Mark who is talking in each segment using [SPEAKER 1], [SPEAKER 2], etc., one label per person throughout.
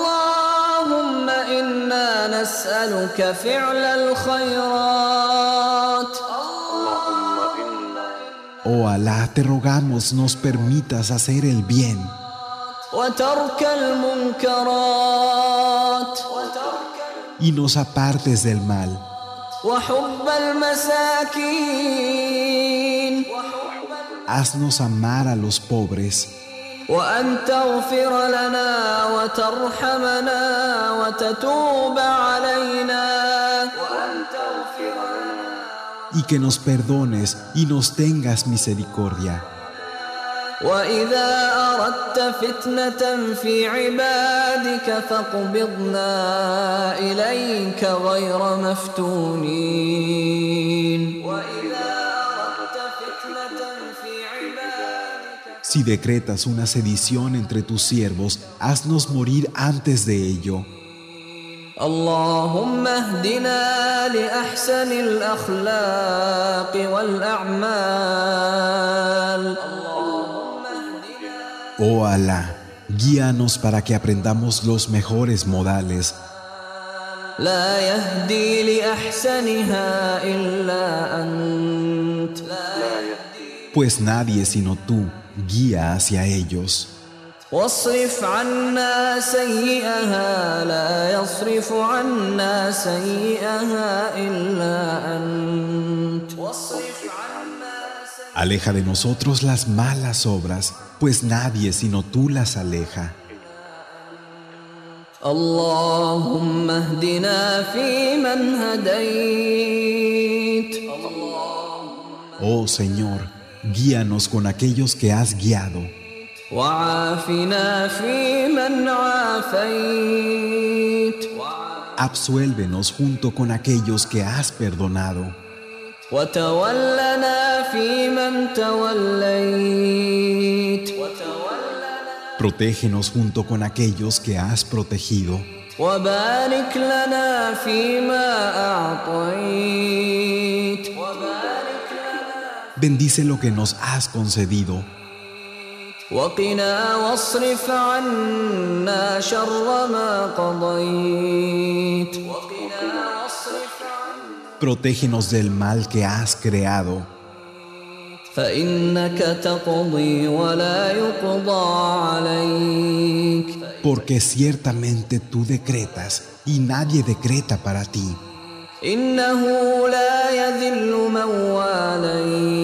[SPEAKER 1] اللهم إنا نسألك فعل الخيرات
[SPEAKER 2] اللهم إنا
[SPEAKER 3] Oh Alá, te rogamos nos permitas hacer el bien
[SPEAKER 1] وترك المنكرات
[SPEAKER 3] y nos apartes del mal,
[SPEAKER 1] وحب المساكين
[SPEAKER 3] haznos amar a los pobres
[SPEAKER 1] وأن تغفر لنا وترحمنا وتتوب علينا
[SPEAKER 3] y que nos perdones y nos tengas misericordia.
[SPEAKER 1] وإذا أردت فتنة في عبادك فاقبضنا إليك غير مفتونين
[SPEAKER 3] Si decretas una sedición entre tus siervos, haznos morir antes de ello.
[SPEAKER 1] اللهم اهدنا لأحسن الأخلاق والأعمال
[SPEAKER 3] Oh Alá, guíanos para que aprendamos los mejores modales.
[SPEAKER 1] لا يهدي لأحسنها إلا أنت
[SPEAKER 3] pues nadie sino tú guía hacia ellos.
[SPEAKER 1] واصرف عنا سيئها لا يصرف عنا سيئها إلا أنت
[SPEAKER 3] Aleja de nosotros las malas obras, pues nadie sino tú las aleja.
[SPEAKER 1] اللهم اهدنا فيمن هديت
[SPEAKER 3] Oh Señor, guíanos con aquellos que has guiado
[SPEAKER 1] وعافنا فيمن عافيت
[SPEAKER 3] absuélvenos junto con aquellos que has perdonado
[SPEAKER 1] وتولنا فيمن توليت
[SPEAKER 3] protégenos junto con aquellos que has protegido
[SPEAKER 1] وبارك لنا فيما أعطيت
[SPEAKER 3] bendice lo que nos has concedido
[SPEAKER 1] وقنا واصرف عنا شر ما قضيت
[SPEAKER 3] protégenos del mal que has creado
[SPEAKER 1] فإنك تقضي ولا يقضى عليك
[SPEAKER 3] porque ciertamente tú decretas y nadie decreta para ti
[SPEAKER 1] إنه لا يذل من واليت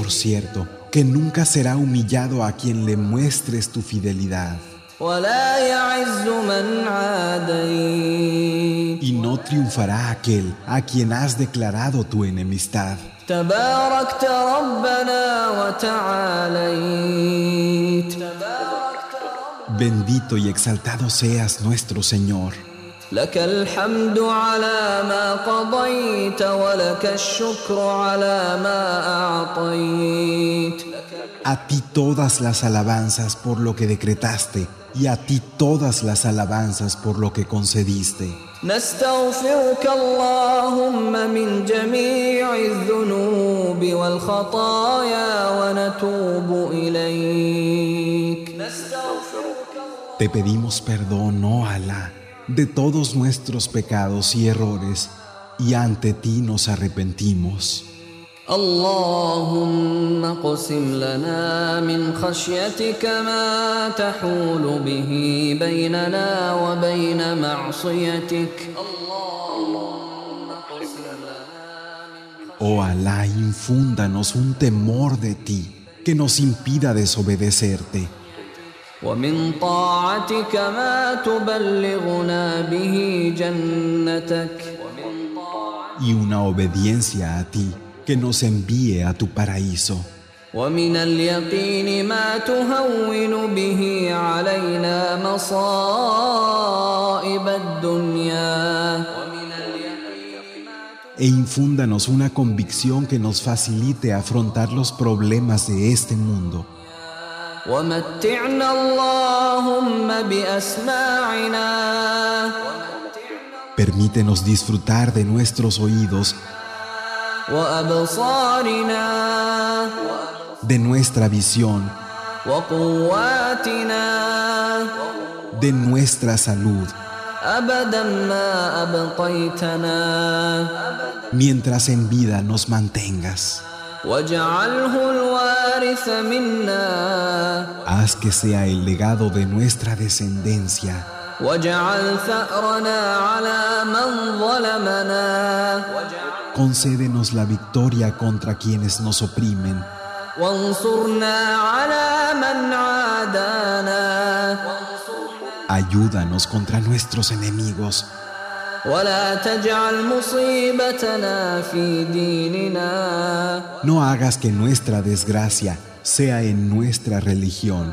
[SPEAKER 3] Por cierto, que nunca será humillado a quien le muestres tu fidelidad,
[SPEAKER 1] ولا يعز من عاديت
[SPEAKER 3] y no triunfará aquel a quien has declarado tu enemistad.
[SPEAKER 1] تباركت ربنا وتعاليت
[SPEAKER 3] Bendito y exaltado seas nuestro Señor.
[SPEAKER 1] لك الحمد على ما قضيت ولك الشكر على ما أعطيت
[SPEAKER 3] A ti todas las alabanzas por lo que decretaste, y a ti todas las alabanzas por lo que concediste.
[SPEAKER 1] نستغفرك اللهم من جميع الذنوب والخطايا ونتوب إليك
[SPEAKER 3] Te pedimos perdón, oh Alá, de todos nuestros pecados y errores, y ante ti nos arrepentimos.
[SPEAKER 1] اللهم اقسم لنا من خشيتك ما تحول به بيننا وبين معصيتك
[SPEAKER 3] Oh Alá, infúndanos un temor de ti que nos impida desobedecerte
[SPEAKER 1] ومن طاعتك ما تبلغنا به جنتك
[SPEAKER 3] y una obediencia a ti que nos envíe a tu paraíso
[SPEAKER 1] ومن اليقين ما تهون به علينا مصائب الدنيا
[SPEAKER 3] e infúndanos una convicción que nos facilite afrontar los problemas de este mundo.
[SPEAKER 1] ومتعنا اللهم بأسماعنا
[SPEAKER 3] Permítenos disfrutar de nuestros oídos,
[SPEAKER 1] وأبصارنا
[SPEAKER 3] de nuestra visión,
[SPEAKER 1] وقواتنا
[SPEAKER 3] de nuestra salud,
[SPEAKER 1] أبدا ما أبقيتنا
[SPEAKER 3] mientras en vida nos mantengas.
[SPEAKER 1] واجعله الوارث منا
[SPEAKER 3] Haz que sea el legado de nuestra descendencia
[SPEAKER 1] واجعل ثأرنا على من ظلمنا
[SPEAKER 3] Concédenos la victoria contra quienes nos oprimen
[SPEAKER 1] وانصرنا على من عادانا
[SPEAKER 3] Ayúdanos contra nuestros enemigos.
[SPEAKER 1] ولا تجعل مصيبتنا في ديننا
[SPEAKER 3] No hagas que nuestra desgracia sea en nuestra religión.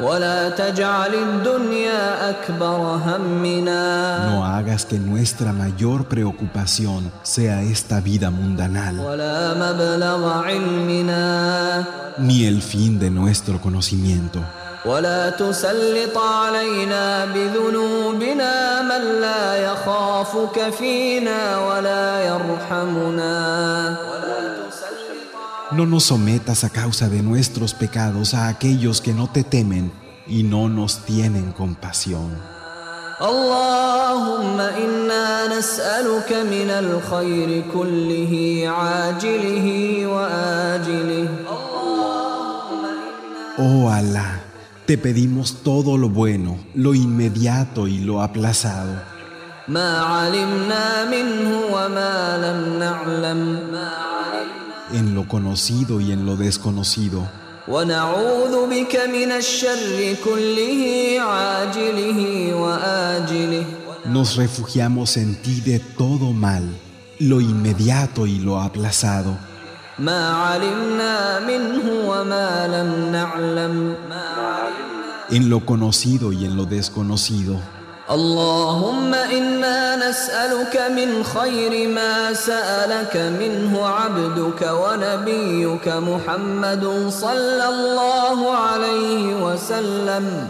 [SPEAKER 1] ولا تجعل الدنيا أكبر همنا
[SPEAKER 3] No hagas que nuestra mayor preocupación sea esta vida mundanal,
[SPEAKER 1] ولا مبلغ علمنا
[SPEAKER 3] ni el fin de nuestro conocimiento.
[SPEAKER 1] ولا تسلط علينا بذنوبنا من لا يخافك فينا ولا يرحمنا
[SPEAKER 3] No nos sometas a causa de nuestros pecados a aquellos que no te temen y no nos tienen compasión.
[SPEAKER 1] اللهم إنا نسألك من الخير كله عاجله وآجله
[SPEAKER 3] Oh Alá, te pedimos todo lo bueno, lo inmediato y lo aplazado,
[SPEAKER 1] ما علمنا منه وما لم نعلم
[SPEAKER 3] en lo conocido y en lo desconocido.
[SPEAKER 1] ونعوذ بك من الشر كله عاجله وآجله
[SPEAKER 3] Nos refugiamos en ti de todo mal, lo inmediato y lo aplazado,
[SPEAKER 1] ما علمنا منه وما لم نعلم
[SPEAKER 3] en lo conocido y en lo desconocido.
[SPEAKER 1] اللهم إنا نسألك من خير ما سألك منه عبدك ونبيك محمد صلى الله عليه وسلم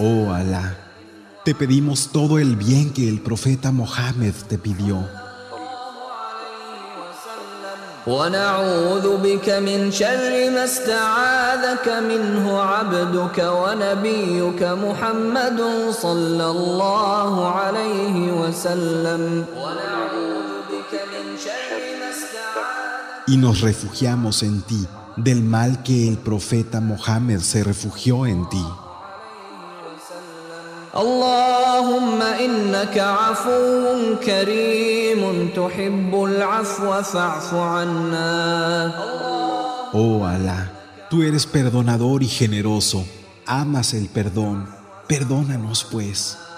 [SPEAKER 3] Oh Alá, te pedimos todo el bien que el profeta Mohammed te pidió,
[SPEAKER 1] ونعوذ بك من شر ما استعاذك منه عبدك ونبيك محمد صلى الله عليه وسلم
[SPEAKER 3] y nos refugiamos en ti del mal que el profeta Mohammed se refugió en ti.
[SPEAKER 1] اللهم إنك عفو كريم تحب العفو فاعف عنا
[SPEAKER 3] Oh Alá, tú eres perdonador y generoso, amas el perdón, perdónanos pues.